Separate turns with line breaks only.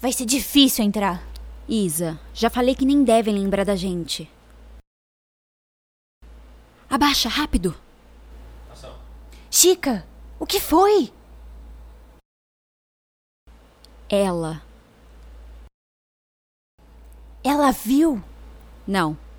Vai ser difícil entrar.
Isa, já falei que nem devem lembrar da gente. Abaixa, rápido!
Chica, o que foi?
Ela.
Ela viu?
Não,